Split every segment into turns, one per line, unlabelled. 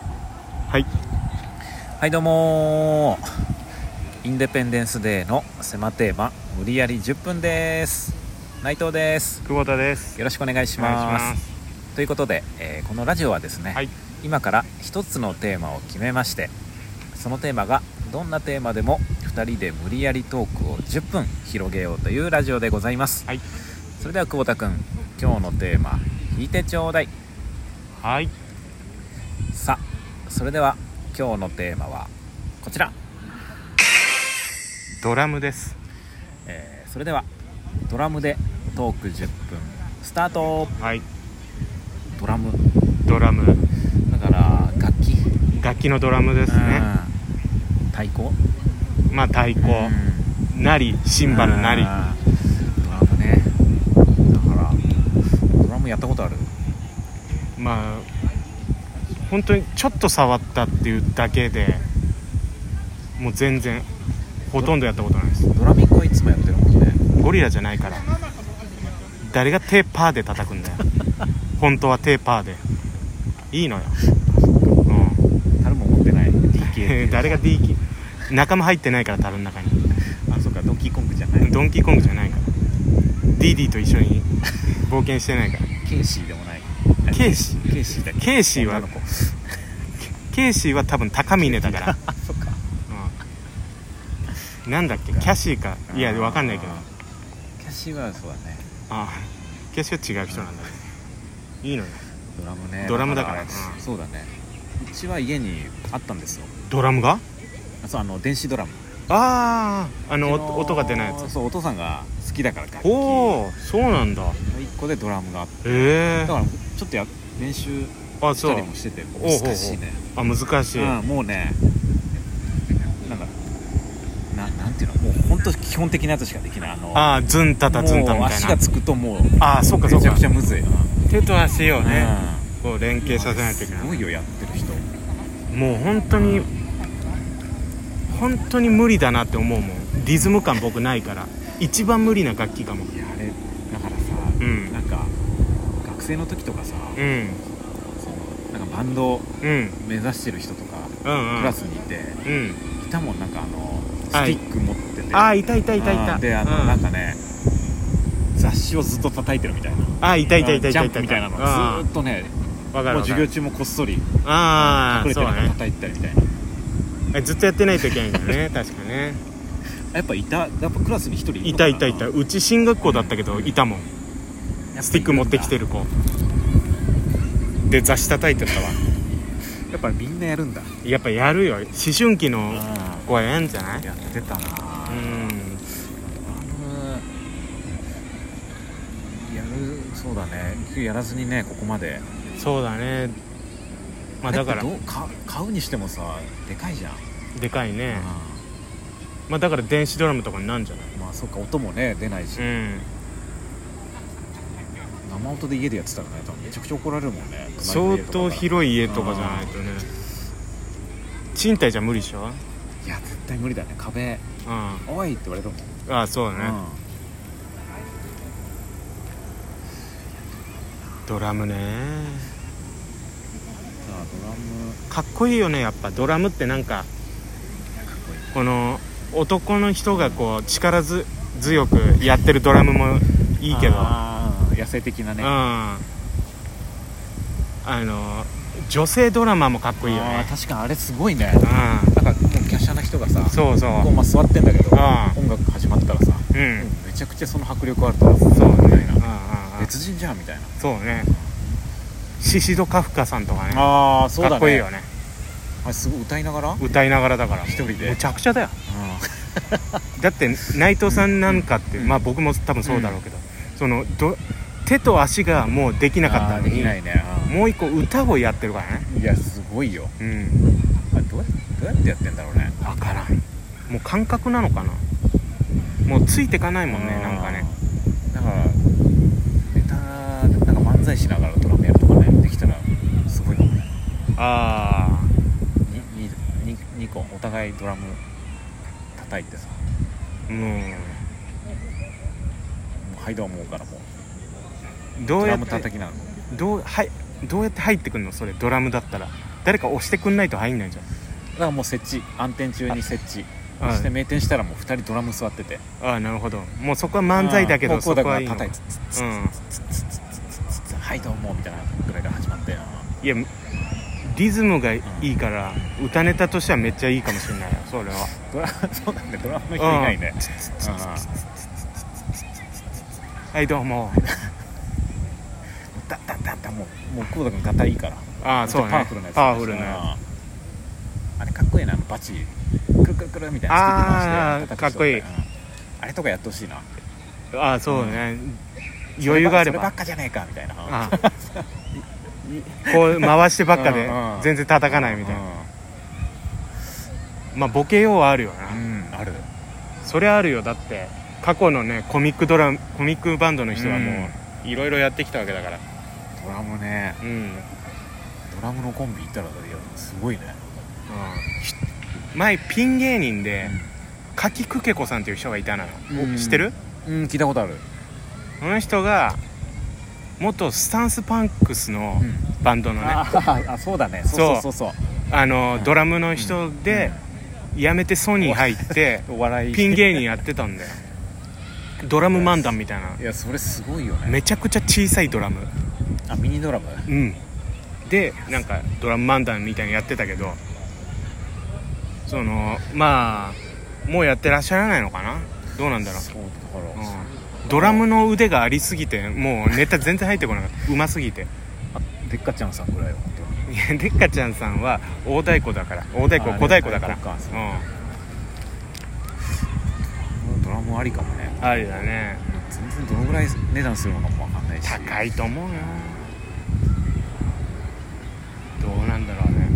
はい
はいどうもーインデペンデンスデーの狭テーマ無理やり10分です内藤です
久保田です
よろしくお願いし
お願いし
ま
ますす
ということで、えーこのラジオはですね、
はい
今から一つのテーマを決めましてそのテーマがどんなテーマでも2人で無理やりトークを10分広げようというラジオでございます
はい
それでは久保田君今日のテーマ「引いてちょうだい
はい」
さあそれでは今日のテーマはこちら
ドラムです
えーそれではドラムでトーク10分スタート
はい
ドラム
ドラム
だから楽器
楽器のドラムですね
うん太鼓
まあ太鼓なりシンバルなり
うんドラムねだからドラムやったことある
まあ本当にちょっと触ったっていうだけでもう全然ほとんどやったことないです
ドラミングはいつもやってるもんね
ゴリラじゃないから誰が手パーで叩く んだよ本当は手パーでいいのよ、うん
誰も持ってない DK
え ー誰が D キ仲間入ってないから樽の中に
あそうかドンキーコングじゃな い
ドンキーコングじゃないから DD と一緒に冒険してない から
ケイシーでもない
ケイシ
ケイシーだっけ
ケイシーは
女の子
ケイシーは多分高峰だから、
あそっか
うん、なんだっけキャシーかいやわかんないけど
ケイシーはそうだね
ああキャシーは違う人なんだねいいのよ
ドラムね
ドラムだからうん
そうだねうちは家にあったんですよ
ドラムが
あそうあの電子ドラム
あああの
うち
お音が出ないやつ
そうお父さんが好きだから楽器
お
の
おそうなんだ
1個でドラムがあって
へ
だ
え
からちょっとや練習し
あそ
た
う
りもしてて
おうおう
難しいね
あ難しい、
うんもうねなんだななんていうのもう本当基本的なやつしかできないあの
ああズンタタズンタみ
もう
たい
足が
な
つくともう
ああそうかそう
めちゃ
か
くちゃむずいよ
手と足をね、こう連
うん
携させないといけな
すご
い
いよやってる人
もう本当に本当に無理だなって思うもんリズム感僕ないから一番無理な楽器かも
いやあれだからさ、
うん
なんか学生の時とかさ、
うん
そのなんかバンドを
うん
目指してる人とか、
うんうん
クラスにいて
うん
いたもんなんかあのステ
はい
ィック持ってて、
ああいたいたいたい
あ
た
ーであの、
うん
なんかね雑誌をずっと叩いてるみたいな
ああいたいたいたい
ジ
た
ャ
い
ンプ
た
みたいなのをず
あ
ーっとね
あわかる
も
わか
う授業
る
中もこっそり隠
ああ
れて
そう
なんか
ね
叩いてたりみたいな、
えずっとやってないといけないんだよね 確かね
やっぱいたやっぱクラスに一人
いたいたいた
やっ
うち進学校だったけどいたもん
ぱ
スティック持ってきて
る
る子で雑誌叩いてたわ
やっぱりみんなやるんだ
やっぱやるよ思春期の
あ
子はやんじゃない
ーやってたな
う
ぁ
ん
やるそうだね結局やらずにねここまで
そうだねまあだから
やっぱどうか買うにしてもさでかいじゃん、
でかいね
う
まあだから電子ドラムとかになんじゃない
んまあそっか音もね出ないし、
うん
生音で家でやってたらね多分めちゃくちゃ怒られるもんね
相当
い
広い家とかじゃないとね賃貸じゃ無理でしょ
いや絶対無理だね壁
うんあ
おいって言われるもんね、
あそうだ
うん
ね、ドラムね
さあドラム
かっこいいよねやっぱドラムってなんか
かっこいい
この男の人がこう力ず強くやってるドラムもいいけど
あー野生的な
う
ね
んあの女性ドラマーもかっこいいよ
あ
ね
ー確かにあれすごいね
う
なんかもう華奢な人がさ
んそうそ
こうまあ座ってんだけど
あー
音楽始まったらさ
ううん
めちゃくちゃその迫力あると思う
そう
みたい
ねうんう
な
んうん
別人じゃんみたいな
そうねシシド・カフカさんとかね
ああそ
かっこいいよね
あれすごい歌いながら、うん、
歌いながらだから
一人で
むちゃくちゃだよだって内藤さんなんかって、
うん
まあ僕も多分そうだろうけど、そのど手と足がもうできなかった
あー
の
で
に
きないね
もう一個歌をやってるからね
うんいやすごいよ
うん
あれどうやどうやってやってんだろうね
分からんもう感覚なのかなもうついてかないもんね
あー
なんかね
だからネタでなんか漫才しながらドラムやるとかねできたらすごいかもね
あ
2個お互いドラム叩いてさ
あも
もうはいどう思うからもう
うど
ド
うや
ラ
っ
ム
て
叩きなの
どうはいどうやって入ってくんのそれドラムだったら誰か押してくんないと入んないじ
だからもう設置暗転中に設置
ゃん
そして
うん
名店したらもう2人ドラム座ってて
ああなるほどもうそこは漫才だけ
も
ど
うこ
そう
だ
こ
か
はい
ら
いの
叩いてツッツ
う
ッ
ん
ツッツッツッツッツッツッはいどうもみたいなぐらいから始まって
いやリズムがいいから歌ネタとしてはめっちゃいいかもしれないよそれは
ドラそうだねドラムの人いないね
はいどうも
だだだだもうもう久保田君ガタイいいから
ああそうね
パワフルなやつ
パワフルなやつ
うんあれかっこいいなあのバチくるくるくるみたいな
あー
スティック回し
かっ
て叩く人
こいい
うんあれとかやってほしいな
ああそうね、余裕があれ
そればっ
ば
かじゃねえかみたいな
ああこう回してばっかで
うんうん
全然叩かないみたいな、まあボケようはあるよな、
うんうんある
それあるよだって過去のねコミックドラムコミックバンドの人はもういろいろやってきたわけだから
ドラムね
うん、うん
ドラムのコンビいたらだよすごいね
ひ前ピン芸人で柿久家子さんっていう人がいたのよ、
うん
知ってる
うん聞いたことある
この人が元スタンスパンクスの
うん
バンドのね、
あーあそうだねそうそうそうそう
あの
うん
ドラムの人で辞めてソニー入って
うんお笑い
ピン芸人やってたんだよドラム漫談みたいない
やそれすごいよね
めちゃくちゃ小さいドラム
あミニドラム
うんでなんかドラム漫談みたいにやってたけどそのまあもうやってらっしゃらないのかなどうなんだろう
そうだから、
うんドラムの腕がありすぎてもうネタ全然入ってこなかったうますぎて
あでっかちゃんさんぐらいは本当に
いやでっかちゃんさんは大太鼓だから大太鼓
あー
小太鼓だから
あれかそう
う
ドラムありかもね
んありだね
全然どのぐらい値段するのかもわかんないし
高
い
いと思うよどうなんだろうね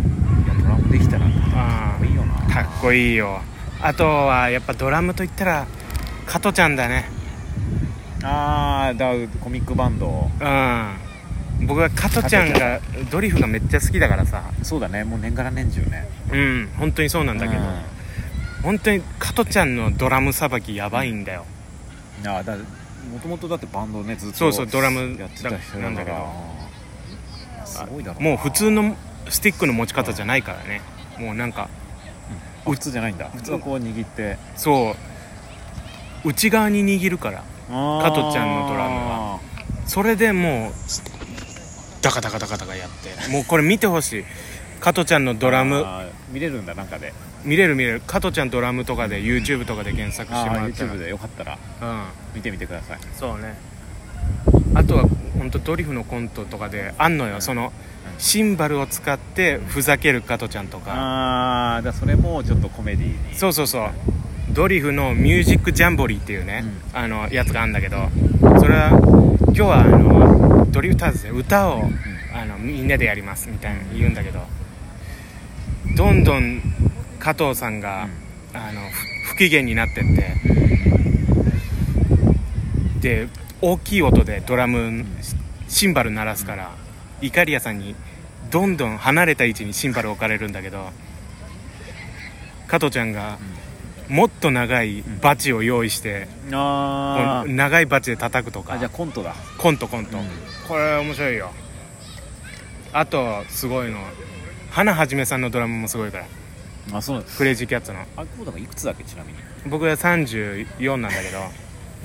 やドラムできたら
あ
かっこいいよな
あかっこいいよあとはやっぱドラムといったら加トちゃんだね
ああだコミックバンド
うん僕は加トちゃんがドリフがめっちゃ好きだからさ
そうだねもう年がら年中ね
うん本当にそうなんだけど
うん
本当に加トちゃんのドラムさばきやばいんだよ
ああだもともとだってバンドねずっと
そうそうドラム
やってた人
な
だ
ん
か
だけど
らすごいだろな
もう普通のスティックの持ち方じゃないからねもうなんか
あ普通じゃないんだ普通はこう握って
そう内側に握るから
加
トちゃんのドラムはそれでもうダカダカダカダカやってもうこれ見てほしい加トちゃんのドラム
見れるんだなんかで
見れる見れる加トちゃんドラムとかで YouTube とかで検索しても
あ
ら
あ
ったら
YouTube でよかったら
うん
見てみてください
そうねあとは本当ドリフのコントとかであんのよそのシンバルを使ってふざける加トちゃんとか
ああだそれもちょっとコメディーに
そうそうそうドリフのミュージックジャンボリーっていうね、あのやつがあんだけどそれは今日はあのドリフターズで歌をあのみんなでやりますみたいな言うんだけどどんどん加藤さんが、あのふ不機嫌になってってで大きい音でドラムシンバル鳴らすからイカリアさんにどんどん離れた位置にシンバル置かれるんだけど加藤ちゃんがもっと長いバチを用意して、
あ
こう長いバチで叩くと
あ
か
じゃあコントだ
コントコント、
うん
これ面白いよあとすごいの花はじめさんのドラムもすごいから
あそうなんです
クレイジーキャッツの
あ久保田がいくつだっけちなみに
僕は34なんだけど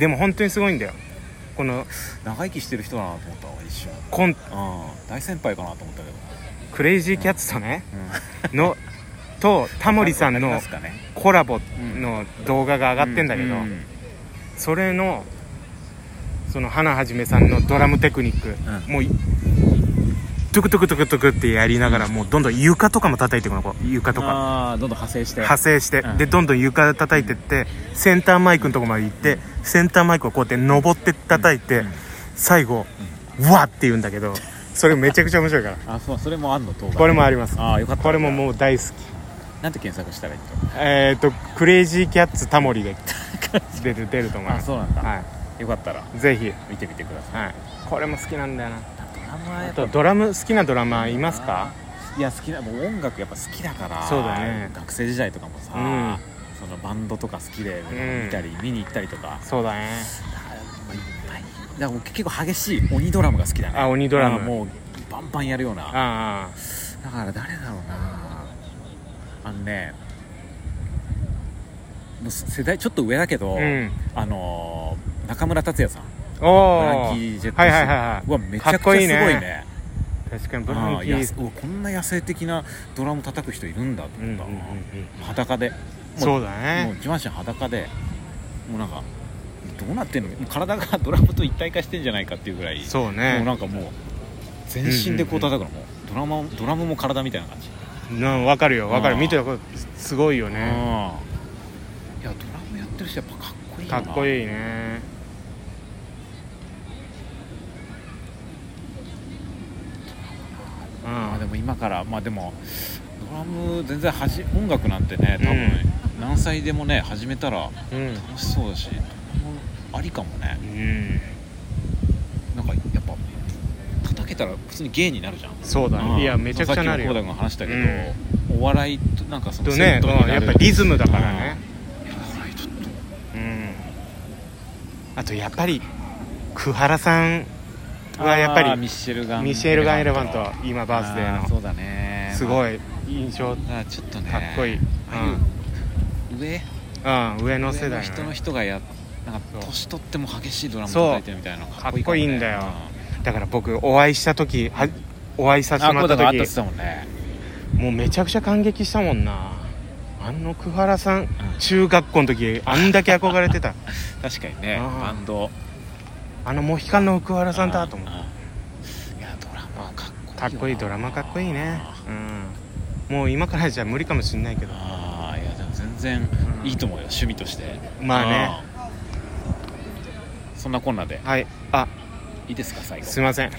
でも本当にすごいんだよこの
長生きしてる人だなと思ったわ一瞬
コン
うん大先輩かなと思ったけど
クレイジーキャッツとね
うん
のとタモリさん
わか
の
りますかね
コラボの動画が上がってんだけど、
ううん
それのその花はじめさんのドラムテクニック、
うん
もういトゥクトゥクトゥクトゥクってやりながらもうどんどん床とかも叩いていくのこう床とか
ああどんどん派生して
派生して、
うん
でどんどん床叩いてってセンターマイクのとこまで行ってセンターマイクをこうやって登って叩いて、
うん
最後「わ」って言うんだけどそれめちゃくちゃ面白いから
あそうそれもあんの動画
これもあります
ああよかった
これももう大好き
なんて検索したらいいと
えっ、とクレイジーキャッツタモリで出て出ると思い
あ
ます
そうなんだ
は
よかったら
い、ぜひ
見てみてください
はい、これも好きなんだよな
ドラマはや
あ
っぱ
とドラム好きなドラマーいますか
いや好きだもう音楽やっぱ好きだから
そうだね
学生時代とかもさ、
うん
そのバンドとか好きで
うん
見たり、見に行ったりとか
そうだね
だからまあいっぱいだからもう結構激しい鬼ドラムが好きだね
あ鬼ドラム
うんもうバンバンやるような
あ
だから誰だろうなあのねもう世代ちょっと上だけど、
うん
あのー中村達也さん
お
ブラ
お
ンキー・ジェット
はいはいはいは
うわめちゃくち
か
ゃす
っ
ご
こ
い
い
ね
いね確かにブラン
あ
キ
ーやす
ー
うわこんな野生的なドラム叩く人いるんだと
うんう
思
ん
っ
うん
た、
うん
裸でもう
そうだ
もう
ね
上半身裸でもうなんかどうなってんのもう体がドラムと一体化してんじゃないかっていうぐらい
そう
もうな
ね
んかもう全身でこ
う
う
んうん
叩くのもうドラマドラムも体みたいな感じ
うん分かるよ分かる
あー
見てたことすごいよ
うんい
ね
やドラムやってる人やっぱかっこいいよ
か
な
っこ
い
いいねう
あーで
ん
も今からまあでもドラム全然はじ音楽なんてね多分何歳でもね始めたら
うん
楽しそうだしドラムありかもね
うん
なんかやっぱ叩けたら普通に芸になるじゃん
そうだ
うん
ねいやめちゃくちゃなる
さっ
よ
きもコーダ君話したけど、お笑いとなんかその
とね
セット
うん
にな
やっ
る
ぱリズムだからね
いやこれちょっと
うんあとやっぱり久原さんはやっぱ
あー
り
ミシェルガン
ミシェル・ガン・エレファン
あ
ト今バースデー
そ
の
うだね
す
ま
ごい印象
あちょっとね
かっこいい、
ああいう上
うん、上の世
上の
代
人
の
の
ね
人がやなん
そ
か
う
年取っても激しいドラム
そう
叩いてるみたいなのかっこいいも
かっこいいんだよ
うん
だから僕お会いした時はお会いさせて
あコ
も
ー
ら
ダ
っ
君
た
後っ
時
てたもんね
もうめちゃくちゃ感激したもんなあの久原さん
ん
中学校の時あんだけ憧れて た
確かにね
ああ
バンド
あのモヒカンの久原さんだと思っ
ああいやドラマはかっこいいよ
て
な
かっこいいドラマかっこいいねうんもう今からじゃ無理かもしんないけど
ああいやでも全然いいと思うよ、趣味として
まあね
うんそんなこんなで
はいあ
いいですか最後
すいません
うん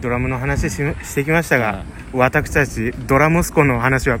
ドラムの話ししてきましたが、私たちドラ息子の話は